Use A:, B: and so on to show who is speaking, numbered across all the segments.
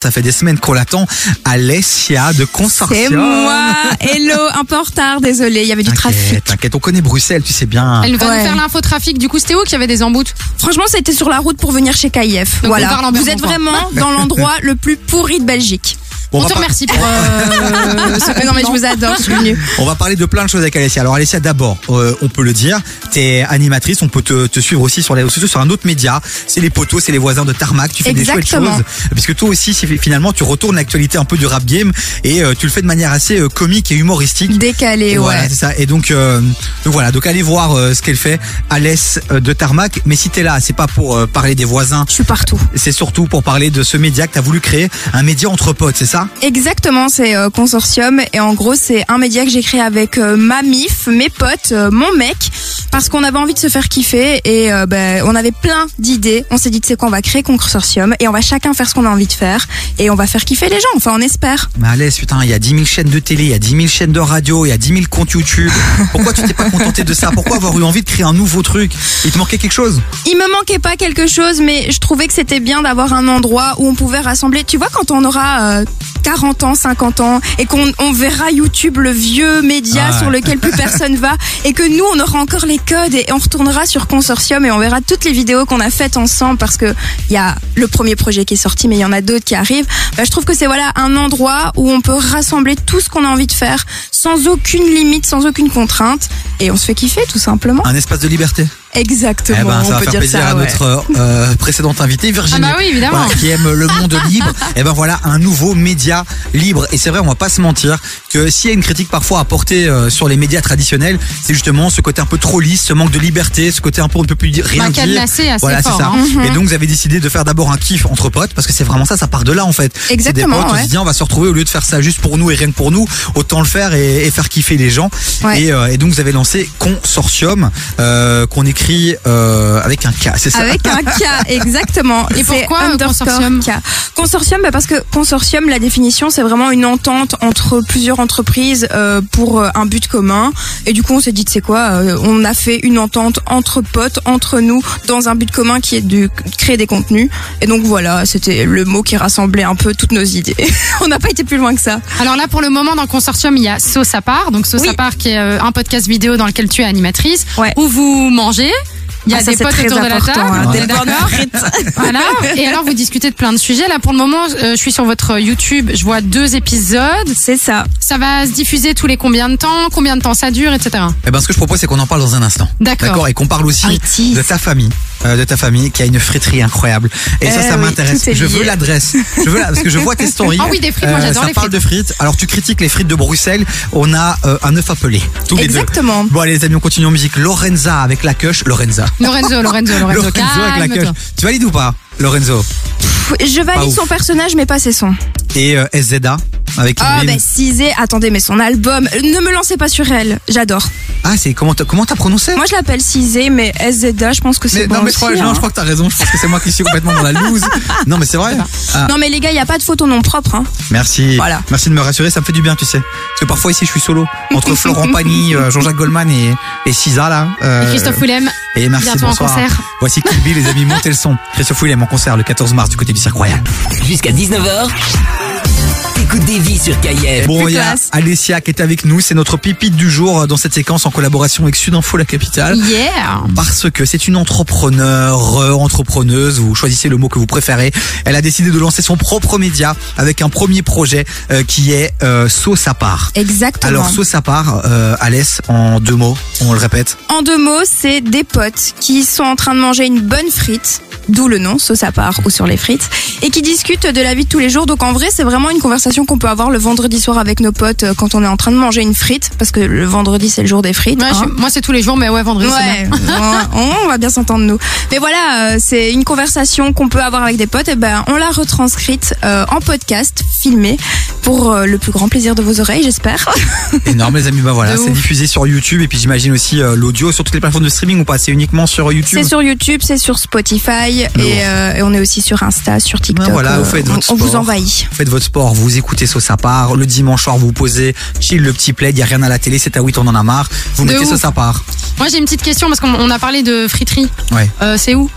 A: Ça fait des semaines qu'on l'attend. Alessia de Consortium.
B: C'est moi. Hello, un peu en retard, désolé, il y avait du trafic.
A: T'inquiète, t'inquiète, on connaît Bruxelles, tu sais bien.
C: Elle nous va
B: Ouais.
C: nous faire l'infotrafic. Du coup, c'était où qu'il y avait des emboutes
B: Franchement, c'était sur la route pour venir chez KIF.
C: on
B: Voilà.
C: parle en
B: Vous
C: Bergamo,
B: êtes
C: quoi.
B: vraiment dans l'endroit le plus pourri de Belgique.
A: Bon,
C: On,
A: on, va
C: te
A: par-
C: remercie pour euh, ce
B: Mais non, mais je
C: compliment.
B: vous adore, je suis venue.
A: on va parler de plein de choses avec Alessia. Alors Alessia, d'abord, euh, on peut le dire, t'es animatrice, on peut te, te suivre aussi sur les réseaux sociaux, sur un autre média. C'est les poteaux, c'est les voisins de Tarmac, tu fais des chouettes
B: Exactement.
A: choses. Puisque toi aussi, c'est- finalement, tu retournes l'actualité un peu du rap game et euh, tu le fais de manière assez euh, comique et humoristique.
B: Décalé, ouais.
A: Voilà, c'est ça. Et donc, euh, donc voilà, donc allez voir euh, ce qu'elle fait, Alès euh, de Tarmac. Mais si t'es là, c'est pas pour euh, parler des voisins,
B: Je suis partout.
A: c'est surtout pour parler de ce média que t'as voulu créer, un média entre potes, c'est ça
B: Exactement, c'est euh, Consortium et en gros c'est un média que j'ai créé avec euh, ma mif, mes potes, euh, mon mec, parce qu'on avait envie de se faire kiffer et euh, ben, on avait plein d'idées. On s'est dit, tu sais quoi, on va créer Consortium et on va chacun faire ce qu'on a envie de faire et on va faire kiffer les gens, enfin on espère.
A: Mais Alès, putain, il y a 10 000 chaînes de télé, il y a 10 000 chaînes de radio, il y a 10 000 comptes YouTube. Pourquoi tu t'es pas contenté de ça Pourquoi avoir eu envie de créer un nouveau truc Il te manquait quelque chose
B: Il me manquait pas quelque chose, mais je trouvais que c'était bien d'avoir un endroit où on pouvait rassembler. Tu vois, quand on aura euh, 40 ans, 50 ans, et qu'on on verra YouTube, le vieux média
A: Ah ouais.
B: sur lequel plus personne va, et que nous, on aura encore les codes, et on retournera sur Consortium, et on verra toutes les vidéos qu'on a faites ensemble, parce que il y a le premier projet qui est sorti, mais il y en a d'autres qui arrivent. Bah, je trouve que c'est voilà un endroit où on peut rassembler tout ce qu'on a envie de faire, sans aucune limite, sans aucune contrainte, et on se fait kiffer, tout simplement.
A: Un espace de liberté
B: Exactement.
A: Eh ben,
B: on
A: ça va
B: peut
A: faire
B: dire
A: plaisir
B: ça,
A: à
B: ouais.
A: notre euh, euh, précédente invitée, Virginie.
C: Ah bah oui, évidemment.
A: Voilà, qui aime le monde libre. Et ben voilà, un nouveau média libre. Et c'est vrai, on va pas se mentir que s'il y a une critique parfois à porter euh, sur les médias traditionnels, c'est justement ce côté un peu trop lisse, ce manque de liberté, ce côté un peu on ne peut plus dire rien
C: Un
A: dire.
C: cadenassé assez
A: Voilà, c'est
C: fort,
A: ça.
C: hein.
B: hein. Mhm.
A: Et donc, vous avez décidé de faire d'abord un kiff entre potes, parce que c'est vraiment ça, ça part de là, en fait. C'est
B: Exactement,
A: Des potes, on
B: ouais.
A: se dit, on va se retrouver, au lieu de faire ça juste pour nous et rien que pour nous, autant le faire et, et faire kiffer les gens.
B: Ouais.
A: Et, euh, et donc, vous avez lancé Consortium, euh, qu'on écrit euh, avec un K, c'est ça
B: Avec un K, exactement.
C: Et
B: C'est
C: pourquoi, euh,
B: underscore
C: consortium
B: K. Consortium, bah, parce que consortium, la définition, c'est vraiment une entente entre plusieurs entreprises euh, pour euh, un but commun. Et du coup, on s'est dit, c'est quoi euh, On a fait une entente entre potes, entre nous, dans un but commun qui est de créer des contenus. Et donc voilà, c'était le mot qui rassemblait un peu toutes nos idées. on n'a pas été plus loin que ça.
C: Alors là, pour le moment, dans le consortium, il y a Sauce à part. Donc Sauce
B: Oui.
C: à part, qui est euh, un podcast vidéo dans lequel tu es animatrice,
B: Ouais.
C: où vous mangez. Il y a
B: Ah, ça,
C: des
B: c'est
C: potes
B: très
C: autour de la
B: important,
C: table.
B: hein,
C: on
B: dès
C: est
B: le
C: d'accord. voilà. Et alors, vous discutez de plein de sujets. Là, pour le moment, euh, je suis sur votre YouTube. Je vois deux épisodes.
B: C'est ça.
C: Ça va se diffuser tous les combien de temps Combien de temps ça dure, etc.
A: Eh ben, ce que je propose, c'est qu'on en parle dans un instant.
C: D'accord.
A: D'accord. Et qu'on parle aussi
C: Ah, il tease.
A: de ta famille, euh, de ta famille qui a une friterie incroyable. Et ça,
B: Eh
A: ça
B: oui,
A: m'intéresse.
B: tout est
A: Je veux
B: lié.
A: l'adresse. Je veux la- parce que je vois tes stories. Euh,
C: Ah oui, des frites, moi, j'adore
A: ça
C: les
A: parle de frites. Alors, tu critiques les frites de Bruxelles. On a euh, un œuf appelé. Tous les deux.
B: Exactement.
A: Bon, allez, les amis, on continue en musique. Lorenza avec la queuche. Lorenza.
C: Lorenzo, Lorenzo, Lorenzo,
A: avec la
C: calme-toi.
A: queuche. Tu valides ou pas, Lorenzo
B: Pff, Je valide
A: ouf.
B: son personnage, mais pas ses sons.
A: Et euh, SZA avec
B: Ah,
A: Irvine.
B: ben Cisé, attendez, mais son album, euh, ne me lancez pas sur elle, j'adore.
A: Ah, c'est comment t'as- comment t'as prononcé
B: Moi je l'appelle Cisé, mais SZA, je pense que
A: Mais
B: c'est bon.
A: non, mais je crois,
B: aussi,
A: non,
B: hein.
A: je crois que t'as raison. Je pense que c'est moi qui suis complètement dans la loose. Non, mais c'est vrai. Ah,
B: Non, mais les gars, il n'y a pas de faux ton nom propre. Hein.
A: Merci.
B: Voilà.
A: Merci de me rassurer, ça me fait du bien, tu sais. Parce que parfois ici, je suis solo. Entre Florent Pagny, euh, Jean-Jacques Goldman et, et Cisa, là. euh,
C: Et Christophe Willem,
A: et merci,
C: bientôt en
A: bonsoir.
C: concert.
A: Voici Kill Bill, les amis, montez le son. Christophe Willem en concert le 14 mars du côté du Cirque Royal.
D: Jusqu'à 19h, écoute des vies sur KIF.
A: Bon,
B: plus
A: il y a
B: classe.
A: Alessia qui est avec nous. C'est notre pipite du jour euh, dans cette séquence en collaboration avec Sud Info, la capitale.
C: Yeah
A: parce que c'est une entrepreneur, euh, entrepreneuse, vous choisissez le mot que vous préférez. Elle a décidé de lancer son propre média avec un premier projet euh, qui est euh, Sauce à part.
B: Exactement.
A: Alors Sauce à part, euh, Alès, en deux mots, on le répète.
B: En deux mots, c'est des potes qui sont en train de manger une bonne frite, d'où le nom, sauce à part ou sur les frites, et qui discutent de la vie de tous les jours. Donc en vrai, c'est vraiment une conversation qu'on peut avoir le vendredi soir avec nos potes euh, quand on est en train de manger une frite, parce que le vendredi c'est le jour des frites.
C: Ouais,
B: hein.
C: je- Moi, c'est tous les jours, mais ouais, vendredi, c'est bien.
B: Ouais, on, on va bien s'entendre nous. Mais voilà, euh, c'est une conversation qu'on peut avoir avec des potes. Et ben, on l'a retranscrite euh, en podcast, filmée, pour euh, le plus grand plaisir de vos oreilles, j'espère.
A: Énorme les amis, bah voilà,
C: De
A: c'est
C: ouf.
A: diffusé sur YouTube et puis j'imagine aussi euh, l'audio sur toutes les plateformes de streaming ou pas, c'est uniquement sur YouTube.
B: C'est sur YouTube, c'est sur Spotify, conseils et, euh, et on est aussi sur Insta, sur TikTok. euh,
A: Ben voilà, vous faites
B: on-
A: votre
B: on, vous
A: sport.
B: envahit.
A: Faites votre sport, vous écoutez Sauce à part. Le dimanche soir, vous vous posez, chill le petit plaid, il n'y a rien à la télé, c'est à 8, on en a marre. Vous
C: De
A: mettez
C: ouf.
A: Sauce à part.
C: Moi, j'ai une petite question parce qu'on on a parlé de friterie.
A: Ouais.
C: Euh, c'est où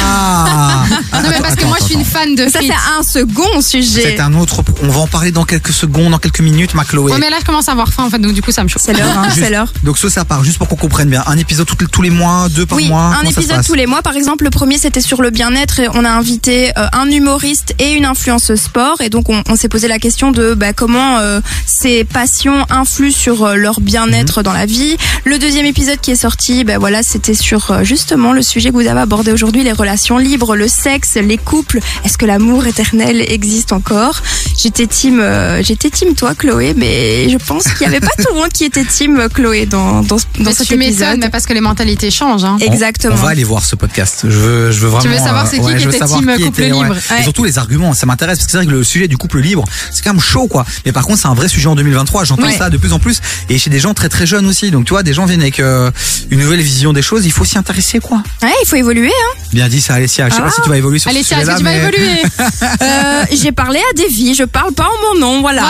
A: Ah
C: Non, mais parce que
A: Attends,
C: moi, je suis
A: attends,
C: une fan de
B: Ça,
C: frites.
B: c'est un second sujet.
A: C'est un autre. On va en parler dans quelques secondes, dans quelques minutes, ma Chloé.
C: Ouais, Oh, mais là, je commence à avoir faim en fait, donc du coup, ça me chauffe.
B: C'est l'heure, hein,
A: Juste-
B: c'est l'heure.
A: Donc ça, ça part juste pour qu'on comprenne bien. Un épisode tout- tous les mois, deux par
B: Oui,
A: mois.
B: un
A: comment ça se
B: épisode
A: passe
B: tous les mois. Par exemple, le premier, c'était sur le bien-être. et On a invité euh, un humoriste et une influenceuse sport. Et donc, on, on s'est posé la question de bah, comment euh, ces passions influent sur euh, leur bien-être
A: Mhm.
B: dans la vie. Le deuxième épisode qui est sorti, bah, voilà, c'était sur euh, justement le sujet que vous avez abordé aujourd'hui, les relations libres, le sexe, les couples. Est-ce que l'amour éternel existe encore J'étais team, euh, j'étais team toi, Chloé, mais je pense qu'il n'y avait pas tout le monde qui était team euh, Chloé dans, dans, ce- dans
C: Mais
B: cet
C: tu m'étonnes,
B: épisode.
C: mais parce que les mentalités changent. Hein.
A: On
B: Exactement.
A: va aller voir ce podcast. Je veux, je veux vraiment.
C: Tu veux savoir c'est qui
A: ouais,
C: qui
A: je veux
C: était
A: savoir
C: team
A: qui
C: couple
A: était, ouais.
C: libre.
A: Et
B: Ouais.
A: surtout les arguments, ça m'intéresse parce que c'est vrai que le sujet du couple libre, c'est quand même chaud quoi. Mais par contre, c'est un vrai sujet en 2023. J'entends
C: Ouais.
A: ça de plus en plus et chez des gens très très jeunes aussi. Donc tu vois, des gens viennent avec euh, une nouvelle vision des choses. Il faut s'y intéresser quoi.
B: Ouais, il faut évoluer. hein.
A: Bien dit, ça, Alessia. Je sais pas si tu vas évoluer sur
C: Allez,
A: ce
C: tiens,
A: sujet-là.
C: Ah. est-ce que tu vas
A: mais-
C: évoluer
B: Euh, J'ai parlé à des vies, je parle pas en mon nom, voilà.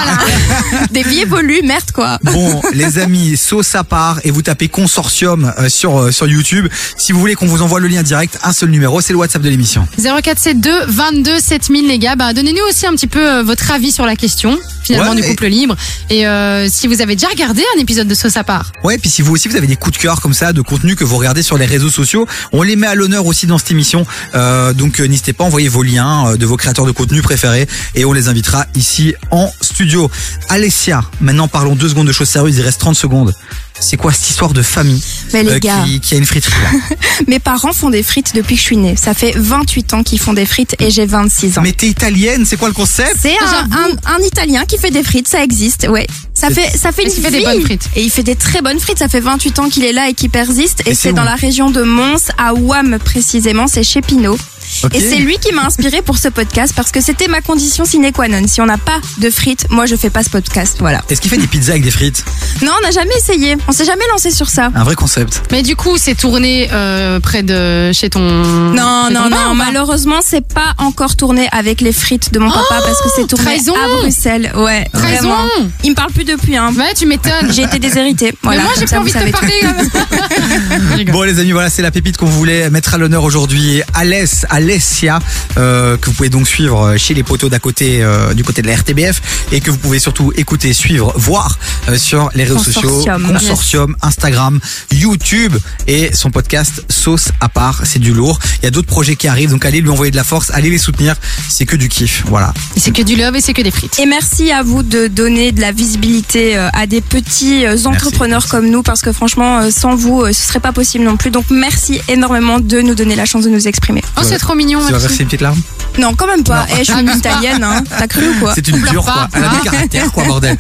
B: Des vies évoluent, merde quoi.
A: Bon, les amis, sauce à part et vous tapez consortium euh, sur, euh, sur YouTube. Si vous voulez qu'on vous envoie le lien direct, un seul numéro, c'est le WhatsApp de l'émission.
C: 0472 22 7000 les gars, bah, donnez-nous aussi un petit peu euh, votre avis sur la question finalement
A: Ouais,
C: du
A: et-
C: couple libre et euh, si vous avez déjà regardé un épisode de Sauce à part.
A: Ouais, puis si vous aussi vous avez des coups de cœur comme ça, de contenu que vous regardez sur les réseaux sociaux, on les met à l'honneur aussi dans cette émission. Euh, donc euh, n'hésitez pas à envoyer vos liens euh, de vos créateurs de contenu préférés et on les invitera ici en studio. Alessia, maintenant parlons deux secondes de choses sérieuses, il reste 30 secondes. C'est quoi cette histoire de famille
B: Mais les
A: euh,
B: gars,
A: qui, qui a une friterie là
B: mes parents font des frites depuis que je suis née. Ça fait 28 ans qu'ils font des frites et j'ai 26 ans.
A: Mais t'es italienne, c'est quoi le concept
B: C'est un, un- un Italien qui fait des frites, ça existe, ouais. Ça
A: C'est-
B: fait, ça fait
C: Et
B: une
C: il fait des
B: vie.
C: bonnes frites.
B: Et il fait des très bonnes frites, ça fait 28 ans qu'il est là et qu'il persiste. Et,
A: Et c'est
B: c'est dans
A: où
B: la région de Mons, à Ouam précisément, c'est chez Pinot.
A: Ok.
B: Et c'est lui qui m'a inspiré pour ce podcast parce que c'était ma condition sine qua non. Si on n'a pas de frites, moi je fais pas ce podcast, voilà.
A: Est-ce qu'il fait des pizzas avec des frites
B: Non, on n'a jamais essayé. On s'est jamais lancé sur
C: Mmh.
B: ça.
A: Un vrai concept.
C: Mais du coup, c'est tourné euh, près de chez ton
B: Non,
C: chez ton
B: non,
C: père,
B: non.
C: ou pas
B: Malheureusement, c'est pas encore tourné avec les frites de mon papa parce que c'est tourné
C: Oh, trahison
B: à Bruxelles. Ouais,
C: Trahison
B: vraiment. Il me parle plus depuis. Hein.
C: Ouais, tu m'étonnes.
B: J'ai été déshéritée. Voilà,
C: Mais moi, j'ai
B: comme ça,
C: pas envie
B: vous
C: de te euh.
B: savez
C: parler. Je rigole.
A: Bon les amis, voilà, c'est la pépite qu'on voulait mettre à l'honneur aujourd'hui. Alès, Alessia, euh, que vous pouvez donc suivre euh, chez les poteaux d'à côté, euh, du côté de la RTBF, et que vous pouvez surtout écouter, suivre, voir euh, sur les réseaux sociaux,
B: Consortium.
A: consortium, Instagram, YouTube et son podcast Sauce à part. C'est du lourd. Il y a d'autres projets qui arrivent, donc allez lui envoyer de la force, allez les soutenir. C'est que du kiff, voilà.
C: Et c'est que du love et c'est que des frites.
B: Et merci à vous de donner de la visibilité euh, à des petits euh, entrepreneurs comme nous parce que franchement, euh, sans vous, euh, ce serait pas possible non plus. Donc merci énormément de nous donner la chance de nous exprimer.
C: Oh, c'est trop mignon.
A: Tu vas
C: merci.
A: verser une petite larme.
B: Non, quand même pas. Eh, je suis une italienne, hein. T'as cru ou quoi
A: C'est une
C: pleure
A: dure
C: pas,
A: quoi. Elle a
C: hein.
A: du caractère quoi bordel.